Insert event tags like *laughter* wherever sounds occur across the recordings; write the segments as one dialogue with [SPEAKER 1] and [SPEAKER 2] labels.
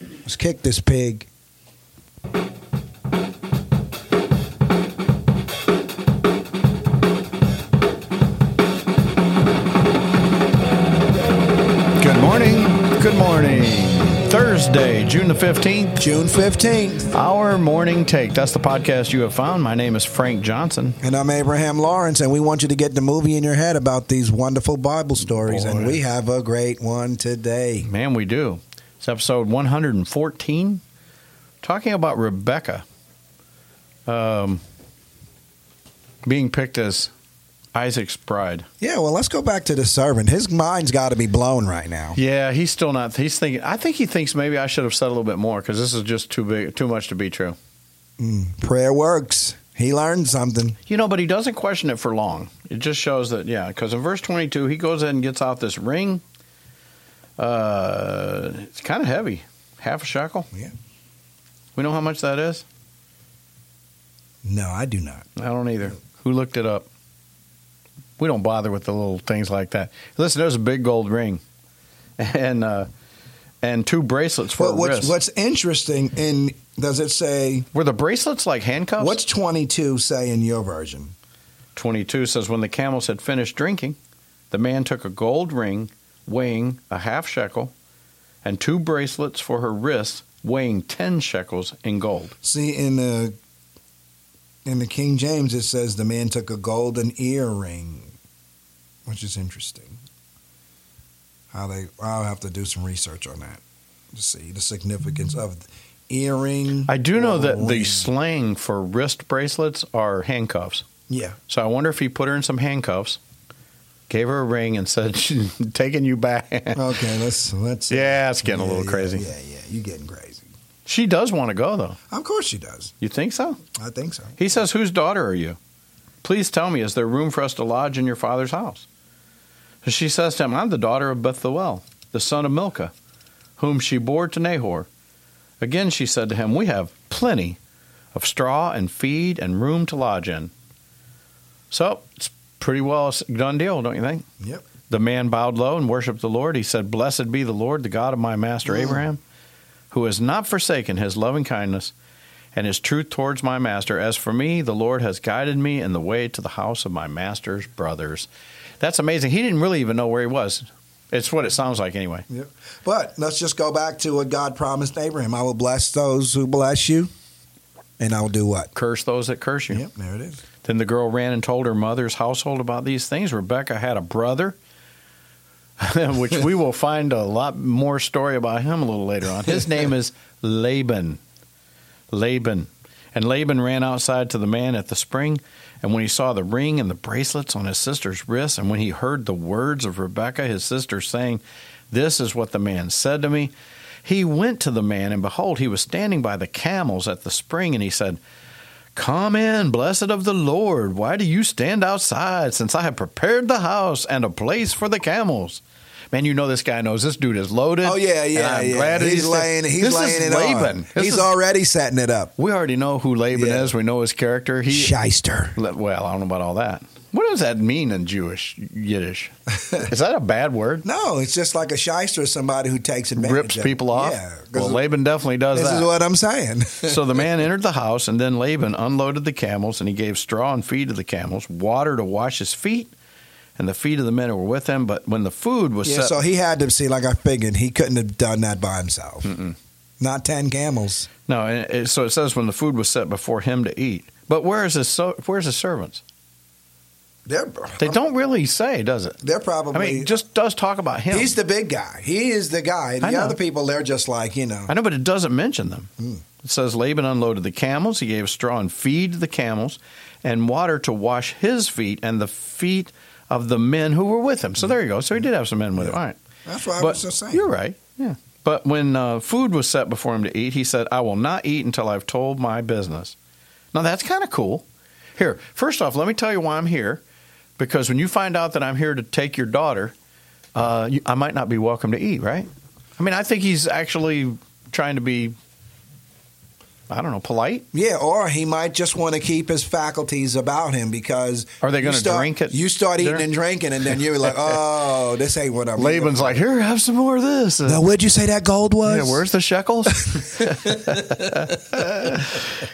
[SPEAKER 1] Let's kick this pig.
[SPEAKER 2] Good morning. Good morning. Thursday, June the 15th,
[SPEAKER 1] June 15th.
[SPEAKER 2] our morning take. That's the podcast you have found. My name is Frank Johnson.
[SPEAKER 1] And I'm Abraham Lawrence, and we want you to get the movie in your head about these wonderful Bible stories. And
[SPEAKER 2] Boy.
[SPEAKER 1] we have a great one today.
[SPEAKER 2] Man, we do. It's episode 114, talking about Rebecca um, being picked as Isaac's bride.
[SPEAKER 1] Yeah, well, let's go back to the servant. His mind's got to be blown right now.
[SPEAKER 2] Yeah, he's still not. He's thinking. I think he thinks maybe I should have said a little bit more because this is just too big, too much to be true. Hmm.
[SPEAKER 1] Mm, prayer works. He learned something.
[SPEAKER 2] You know, but he doesn't question it for long. It just shows that, yeah, because in verse 22, he goes ahead and gets off this ring. Uh, it's kind of heavy, half a shekel.
[SPEAKER 1] Yeah.
[SPEAKER 2] We know how much that is?
[SPEAKER 1] No, I do not.
[SPEAKER 2] I don't either. Who looked it up? We don't bother with the little things like that. Listen, there's a big gold ring, *laughs* and uh, and two bracelets for
[SPEAKER 1] Well,
[SPEAKER 2] a
[SPEAKER 1] what's,
[SPEAKER 2] wrist.
[SPEAKER 1] what's interesting in does it say
[SPEAKER 2] Were the bracelets like handcuffs?
[SPEAKER 1] what's 22 say in your version?
[SPEAKER 2] 22 says, When the camels had finished drinking, the man took a gold ring weighing a half shekel and two bracelets for her wrists weighing 10 shekels in gold.
[SPEAKER 1] See in the in the King James it says the man took a golden earring, which is interesting. How they I'll have to do some research on that to see the significance of earring.
[SPEAKER 2] I do know
[SPEAKER 1] or
[SPEAKER 2] that the
[SPEAKER 1] ring.
[SPEAKER 2] slang for wrist bracelets are handcuffs.
[SPEAKER 1] yeah
[SPEAKER 2] So I wonder if he put her in some handcuffs, gave her a ring, and said, *laughs* Taking you back. *laughs*
[SPEAKER 1] okay let's let's
[SPEAKER 2] yeah, it's getting a
[SPEAKER 1] Yeah,
[SPEAKER 2] little
[SPEAKER 1] yeah,
[SPEAKER 2] crazy.
[SPEAKER 1] Yeah, yeah, you're getting crazy.
[SPEAKER 2] She does want to go, though.
[SPEAKER 1] Of course she does.
[SPEAKER 2] You think so?
[SPEAKER 1] I think so.
[SPEAKER 2] He says, Whose daughter are you? Please tell me, is there room for us to lodge in your father's house? And she says to him, I'm the daughter of Bethuel, the son of Milcah, whom she bore to Nahor. Again she said to him, We have plenty of straw and feed and room to lodge in. So it's pretty well a done deal, don't you think?
[SPEAKER 1] Yep.
[SPEAKER 2] The man bowed low and worshiped the Lord. He said, Blessed be the Lord, the God of my master
[SPEAKER 1] Mm.
[SPEAKER 2] Abraham, who has not forsaken his loving kindness and his truth towards my master. As for me, the Lord has guided me in the way to the house of my master's brothers. That's amazing. He didn't really even know where he was. It's what it sounds like, anyway.
[SPEAKER 1] But let's just go back to what God promised Abraham. I will bless those who bless you, and I will do what?
[SPEAKER 2] Curse those that curse you.
[SPEAKER 1] Yep, there it is.
[SPEAKER 2] Then the girl ran and told her mother's household about these things. Rebecca had a brother, *laughs* which we will find a lot more story about him a little later
[SPEAKER 1] *laughs*
[SPEAKER 2] on. His name is Laban. Laban. And Laban ran outside to the man at the spring, and when he saw the ring and the bracelets on his sister's wrists, and when he heard the words of Rebekah, his sister, saying, This is what the man said to me, he went to the man, and behold, he was standing by the camels at the spring, and he said, Come in, blessed of the Lord. Why do you stand outside, since I have prepared the house and a place for the camels? Man, you know this guy knows this dude is loaded.
[SPEAKER 1] Oh yeah,
[SPEAKER 2] and
[SPEAKER 1] yeah,
[SPEAKER 2] I'm
[SPEAKER 1] yeah.
[SPEAKER 2] glad that
[SPEAKER 1] he's laying, he's
[SPEAKER 2] this
[SPEAKER 1] laying
[SPEAKER 2] is
[SPEAKER 1] it
[SPEAKER 2] Laban.
[SPEAKER 1] on.
[SPEAKER 2] This
[SPEAKER 1] he's
[SPEAKER 2] is-
[SPEAKER 1] already setting it up.
[SPEAKER 2] we already know who Laban
[SPEAKER 1] Yeah.
[SPEAKER 2] is. We know his character. He
[SPEAKER 1] Shyster.
[SPEAKER 2] Le- well, I don't know about all that. What does that mean in Jewish
[SPEAKER 1] *laughs*
[SPEAKER 2] Yiddish? is that a bad word?
[SPEAKER 1] No, it's just like a shyster is somebody who takes advantage.
[SPEAKER 2] Rips
[SPEAKER 1] of-
[SPEAKER 2] people off.
[SPEAKER 1] Yeah, 'cause
[SPEAKER 2] well, Laban definitely does
[SPEAKER 1] this
[SPEAKER 2] that.
[SPEAKER 1] is what I'm saying.
[SPEAKER 2] so
[SPEAKER 1] *laughs*
[SPEAKER 2] the man entered the house, and then Laban unloaded the camels, and he gave straw and feed to the camels, water to wash his feet, and the feet of the men who were with him. But when the food was
[SPEAKER 1] yeah,
[SPEAKER 2] set,
[SPEAKER 1] so he had to see, like I figured, he couldn't have done that by himself. Not ten camels.
[SPEAKER 2] no, and it, so it says when the food was set before him to eat. But where is his so, where's his servants?
[SPEAKER 1] They're um,
[SPEAKER 2] They don't really say, does it?
[SPEAKER 1] they're probably.
[SPEAKER 2] I mean, it just does talk about him.
[SPEAKER 1] he's the big guy. He is the guy. The
[SPEAKER 2] I know.
[SPEAKER 1] other people, they're just like you know.
[SPEAKER 2] I know, but it doesn't mention them.
[SPEAKER 1] Mm.
[SPEAKER 2] It says Laban unloaded the camels. He gave straw and feed to the camels and water to wash his feet and the feet of the men who were with him. So there you go. So he did have some men with him. All right.
[SPEAKER 1] That's what I
[SPEAKER 2] But
[SPEAKER 1] was just saying.
[SPEAKER 2] You're right. Yeah. But when uh, food was set before him to eat, he said, I will not eat until I've told my business. Now, that's kind of cool. Here, first off, let me tell you why I'm here. Because when you find out that I'm here to take your daughter, uh, you, I might not be welcome to eat, right? I mean, I think he's actually trying to be I don't know, polite.
[SPEAKER 1] Yeah, or he might just want to keep his faculties about him because
[SPEAKER 2] Are they
[SPEAKER 1] you
[SPEAKER 2] gonna
[SPEAKER 1] start-
[SPEAKER 2] drink it
[SPEAKER 1] You start eating
[SPEAKER 2] there?
[SPEAKER 1] and drinking, and then
[SPEAKER 2] *laughs*
[SPEAKER 1] you're like, "Oh, this ain't what I'm."
[SPEAKER 2] Laban's like, here, have some more of this.
[SPEAKER 1] Now, where'd you say that gold was?
[SPEAKER 2] Yeah, where's
[SPEAKER 1] *laughs*
[SPEAKER 2] the shekels?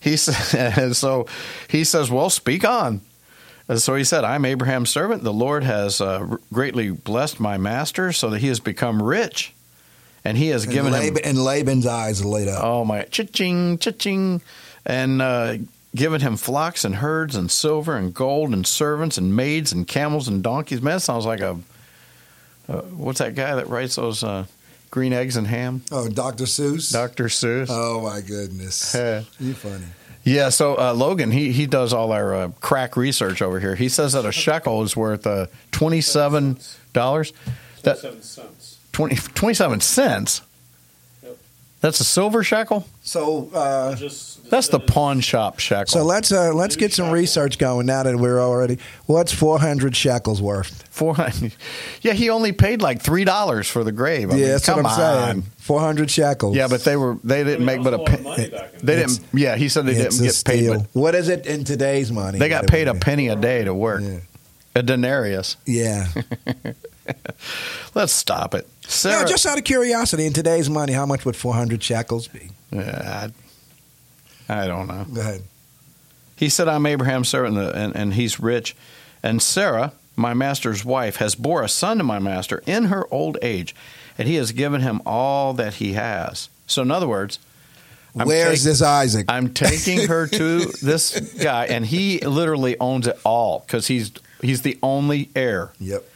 [SPEAKER 2] he said, and *laughs* so he says, well, speak on. And so he said, I'm Abraham's servant. The Lord has uh, greatly blessed my master so that he has become rich. And he has
[SPEAKER 1] And,
[SPEAKER 2] given him,
[SPEAKER 1] Laban, and Laban's eyes lit up.
[SPEAKER 2] oh my, cha-ching, cha-ching, and uh, given him flocks and herds and silver and gold and servants and maids and camels and donkeys. Man, that sounds like a, uh, what's that guy that writes those uh, green eggs and ham?
[SPEAKER 1] Oh, Dr. Seuss.
[SPEAKER 2] Dr. Seuss.
[SPEAKER 1] Oh my goodness,
[SPEAKER 2] *laughs* Yeah.
[SPEAKER 1] you funny.
[SPEAKER 2] Yeah, so uh, Logan, he he does all our uh, crack research over here. He says that a shekel is worth uh, twenty seven dollars, That-
[SPEAKER 3] 27 cents.
[SPEAKER 2] 27 cents.
[SPEAKER 3] Yep.
[SPEAKER 2] That's a silver shekel.
[SPEAKER 1] So, uh,
[SPEAKER 3] Just
[SPEAKER 2] That's the
[SPEAKER 3] says-
[SPEAKER 2] pawn shop shekel.
[SPEAKER 1] so let's uh, let's
[SPEAKER 3] New
[SPEAKER 1] get some
[SPEAKER 3] shekel.
[SPEAKER 1] research going now that we're already. What's four hundred shekels worth?
[SPEAKER 2] Four hundred. *laughs* Yeah, he only paid like three dollars for the grave. I
[SPEAKER 1] yeah,
[SPEAKER 2] mean,
[SPEAKER 1] that's what
[SPEAKER 2] come
[SPEAKER 1] I'm
[SPEAKER 2] on.
[SPEAKER 1] saying. Four hundred shekels.
[SPEAKER 2] Yeah, but they were they didn't
[SPEAKER 3] Well,
[SPEAKER 2] make but a
[SPEAKER 3] they lost a lot of
[SPEAKER 2] penny.
[SPEAKER 3] money back in the
[SPEAKER 2] They
[SPEAKER 3] day.
[SPEAKER 2] didn't. Yeah, he said they
[SPEAKER 1] It's
[SPEAKER 2] didn't
[SPEAKER 1] a
[SPEAKER 2] get paid.
[SPEAKER 1] steal.
[SPEAKER 2] But
[SPEAKER 1] what is it in today's money?
[SPEAKER 2] they got
[SPEAKER 1] It would
[SPEAKER 2] paid a
[SPEAKER 1] be.
[SPEAKER 2] penny a day to work.
[SPEAKER 1] Yeah.
[SPEAKER 2] A denarius.
[SPEAKER 1] Yeah.
[SPEAKER 2] Let's stop it. Sarah,
[SPEAKER 1] No, just out of curiosity, in today's money, how much would 400 shekels be?
[SPEAKER 2] Yeah, I, I don't know.
[SPEAKER 1] Go ahead.
[SPEAKER 2] He said, I'm Abraham's servant, and, the- and, and he's rich. And Sarah, my master's wife, has bore a son to my master in her old age, and he has given him all that he has. So, in other words, I'm
[SPEAKER 1] Where's
[SPEAKER 2] taking-
[SPEAKER 1] this Isaac?
[SPEAKER 2] I'm taking her to this guy, and he literally owns it all because he's, he's the only heir.
[SPEAKER 1] yep.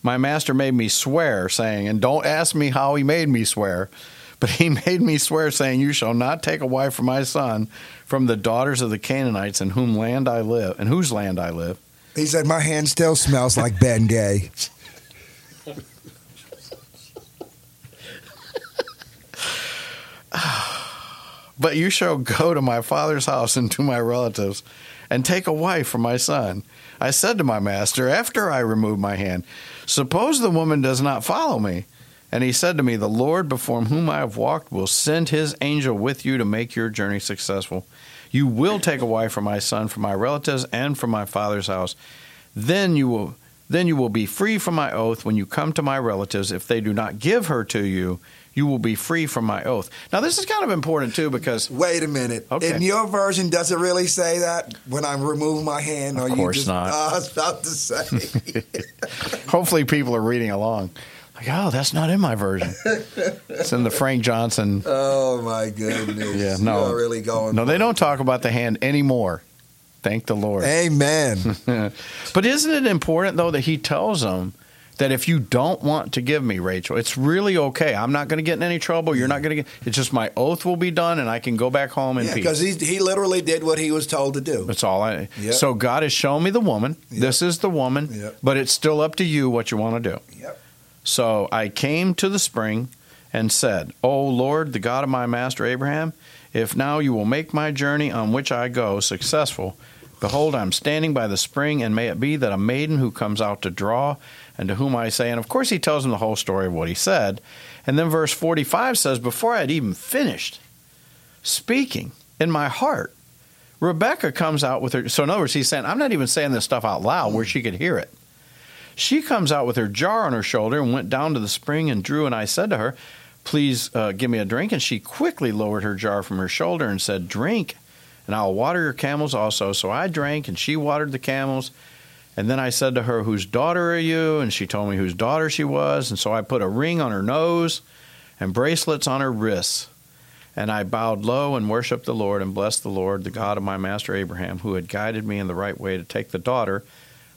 [SPEAKER 2] My master made me swear, saying, and don't ask me how he made me swear, but he *laughs* made me swear, saying, You shall not take a wife for my son from the daughters of the Canaanites in whom land I live, in whose land I live.
[SPEAKER 1] He said, my hand still smells like Ben Gay. *laughs*
[SPEAKER 2] But you shall go to my father's house and to my relatives and take a wife for my son. I said to my master, after I removed my hand, Suppose the woman does not follow me. And he said to me, The Lord before whom I have walked will send his angel with you to make your journey successful. You will take a wife for my son, for my relatives, and from my father's house. Then you will then you will be free from my oath when you come to my relatives. If they do not give her to you, you will be free from my oath. Now this is kind of important too because
[SPEAKER 1] Wait a minute.
[SPEAKER 2] Okay.
[SPEAKER 1] In your version, does it really say that when I remove my hand?
[SPEAKER 2] Of
[SPEAKER 1] or
[SPEAKER 2] course
[SPEAKER 1] you just,
[SPEAKER 2] not.
[SPEAKER 1] *laughs* I was about to
[SPEAKER 2] *laughs*
[SPEAKER 1] say.
[SPEAKER 2] hopefully people are reading along. Like, oh, that's not in my version. it's in the Frank Johnson.
[SPEAKER 1] oh, my goodness.
[SPEAKER 2] Yeah, no.
[SPEAKER 1] You're really going.
[SPEAKER 2] No, they don't talk about the hand anymore. Thank the Lord. *laughs*
[SPEAKER 1] Amen.
[SPEAKER 2] But isn't it important though that he tells them that if you don't want to give me Rachel, it's really okay. I'm not going to get in any trouble. You're not going to get. It's just my oath will be done, and I can go back home in
[SPEAKER 1] yeah, because
[SPEAKER 2] peace.
[SPEAKER 1] he, he literally did what he was told to
[SPEAKER 2] *laughs*
[SPEAKER 1] do.
[SPEAKER 2] That's all I.
[SPEAKER 1] Yep.
[SPEAKER 2] So God has shown me the woman.
[SPEAKER 1] Yep.
[SPEAKER 2] This is the woman.
[SPEAKER 1] Yep.
[SPEAKER 2] But it's still up to you what you want to do.
[SPEAKER 1] Yep.
[SPEAKER 2] So I came to the spring and said, O Lord, the God of my master Abraham, if now you will make my journey on which I go successful, behold, I'm standing by the spring, and may it be that a maiden who comes out to draw, and to whom I say, and of course he tells him the whole story of what he said. And then verse 45 says, Before I had even finished speaking in my heart, Rebecca comes out with her. So, in other words, he's saying, I'm not even saying this stuff out loud where she could hear it. She comes out with her jar on her shoulder and went down to the spring and drew. And I said to her, Please uh, give me a drink. And she quickly lowered her jar from her shoulder and said, Drink, and I'll water your camels also. So I drank, and she watered the camels. And then I said to her, Whose daughter are you? And she told me whose daughter she was. And so I put a ring on her nose and bracelets on her wrists. And I bowed low and worshiped the Lord and blessed the Lord, the God of my master Abraham, who had guided me in the right way to take the daughter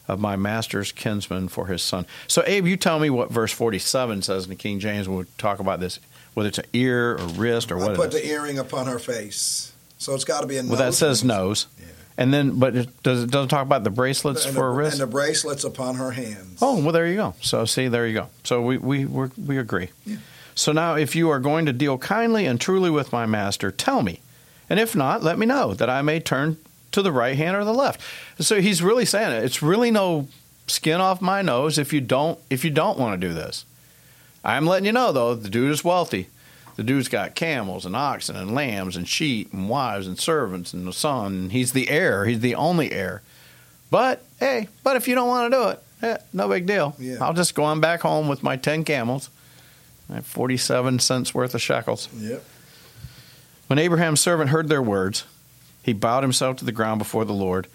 [SPEAKER 2] of my master's kinsman for his son. So, Abe, you tell me what verse 47 says in the King James when we talk about this, whether it's an ear or wrist or
[SPEAKER 1] I
[SPEAKER 2] what
[SPEAKER 1] put
[SPEAKER 2] it is.
[SPEAKER 1] the earring upon her face. So it's got to be a
[SPEAKER 2] Well, that
[SPEAKER 1] nose
[SPEAKER 2] says
[SPEAKER 1] ring.
[SPEAKER 2] nose.
[SPEAKER 1] Yeah.
[SPEAKER 2] And then, but it does, it doesn't talk about the bracelets
[SPEAKER 1] and
[SPEAKER 2] for a
[SPEAKER 1] the,
[SPEAKER 2] wrist?
[SPEAKER 1] And the bracelets upon her hands.
[SPEAKER 2] Oh, well, there you go. So, see, there you go. So, we, we, we're, we agree.
[SPEAKER 1] Yeah.
[SPEAKER 2] So, now if you are going to deal kindly and truly with my master, tell me. And if not, let me know that I may turn to the right hand or the left. So, he's really saying it. It's really no skin off my nose if you don't if you don't want to do this. I'm letting you know though, the dude is wealthy. The dude's got camels and oxen and lambs and sheep and wives and servants and a son. and He's the heir. He's the only heir. But hey, but if you don't want to do it, eh, no big deal.
[SPEAKER 1] Yeah.
[SPEAKER 2] I'll just go on back home with my ten camels, my forty-seven cents worth of shekels.
[SPEAKER 1] Yep.
[SPEAKER 2] When Abraham's servant heard their words, he bowed himself to the ground before the Lord,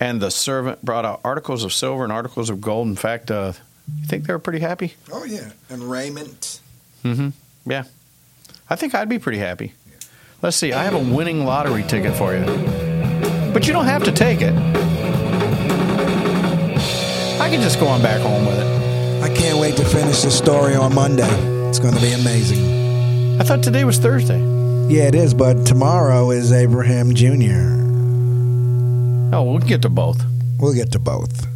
[SPEAKER 2] and the servant brought out articles of silver and articles of gold. In fact, uh, you think they were pretty happy?
[SPEAKER 1] Oh yeah, and raiment.
[SPEAKER 2] Mm-hmm. Yeah. I think I'd be pretty happy. Let's see. I have a winning lottery ticket for you. But you don't have to take it. I can just go on back home with it.
[SPEAKER 1] I can't wait to finish this story on Monday. It's going to be amazing.
[SPEAKER 2] I thought today was Thursday.
[SPEAKER 1] Yeah, it is, but tomorrow is Abraham Jr.
[SPEAKER 2] Oh, we'll get to both.
[SPEAKER 1] We'll get to both.